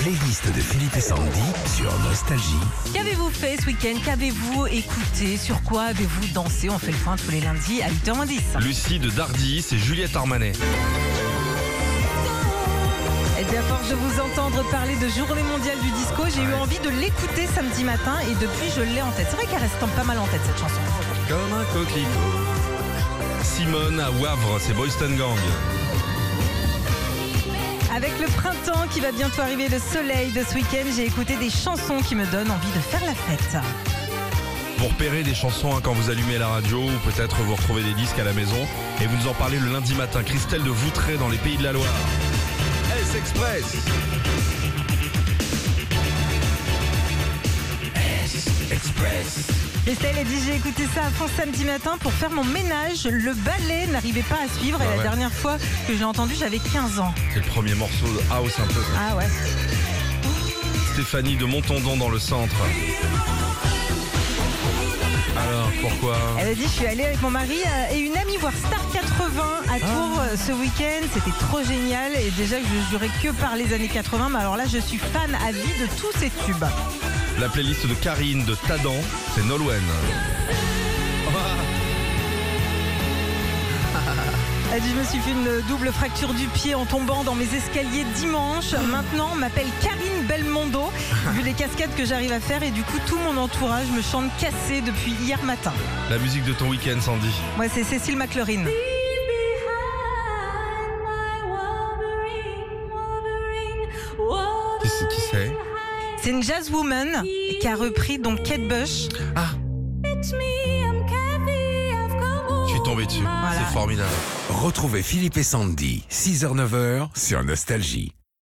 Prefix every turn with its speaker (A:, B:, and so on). A: playlist de Philippe et Sandy sur Nostalgie.
B: Qu'avez-vous fait ce week-end Qu'avez-vous écouté Sur quoi avez-vous dansé On fait le point tous les lundis à 8h10.
C: Lucie de Dardy, c'est Juliette Armanet.
B: Et d'abord, Eh je vous entendre parler de Journée mondiale du disco. J'ai eu envie de l'écouter samedi matin et depuis, je l'ai en tête. C'est vrai qu'elle reste pas mal en tête cette chanson.
C: Comme un coquelicot. Simone à Wavre, c'est Boyston Gang.
B: Avec le printemps qui va bientôt arriver, le soleil de ce week-end, j'ai écouté des chansons qui me donnent envie de faire la fête.
C: Vous repérez des chansons hein, quand vous allumez la radio ou peut-être vous retrouvez des disques à la maison et vous nous en parlez le lundi matin. Christelle de Voutray dans les Pays de la Loire. S Express.
B: Estelle a dit j'ai écouté ça à fond samedi matin pour faire mon ménage. Le ballet n'arrivait pas à suivre et
C: Ah
B: la
C: ouais.
B: dernière fois que je l'ai entendu, j'avais 15 ans.
C: C'est le premier morceau de House un peu.
B: Ah ouais.
C: Stéphanie de Montandon dans le centre. Alors pourquoi
B: Elle a dit je suis allée avec mon mari euh, et une amie voir Star 80 à Tours euh, ce week-end. C'était trop génial et déjà que je jurais que par les années 80. Mais alors là, je suis fan à vie de tous ces tubes.
C: La playlist de Karine de Tadan, c'est Nolwenn.
B: Elle dit je me suis fait une double fracture du pied en tombant dans mes escaliers dimanche. Maintenant, on m'appelle Karine Belmondo vu les cascades que j'arrive à faire et du coup, tout mon entourage me chante cassé depuis hier matin.
C: La musique de ton week-end, Sandy.
B: Moi, c'est Cécile McLaurin.
C: Qui c'est- qui c'est
B: C'est une jazz woman qui a repris donc Kate Bush.
C: Ah, je suis tombé dessus.
B: Voilà.
C: C'est formidable.
A: Retrouvez Philippe et Sandy, 6h-9h sur Nostalgie.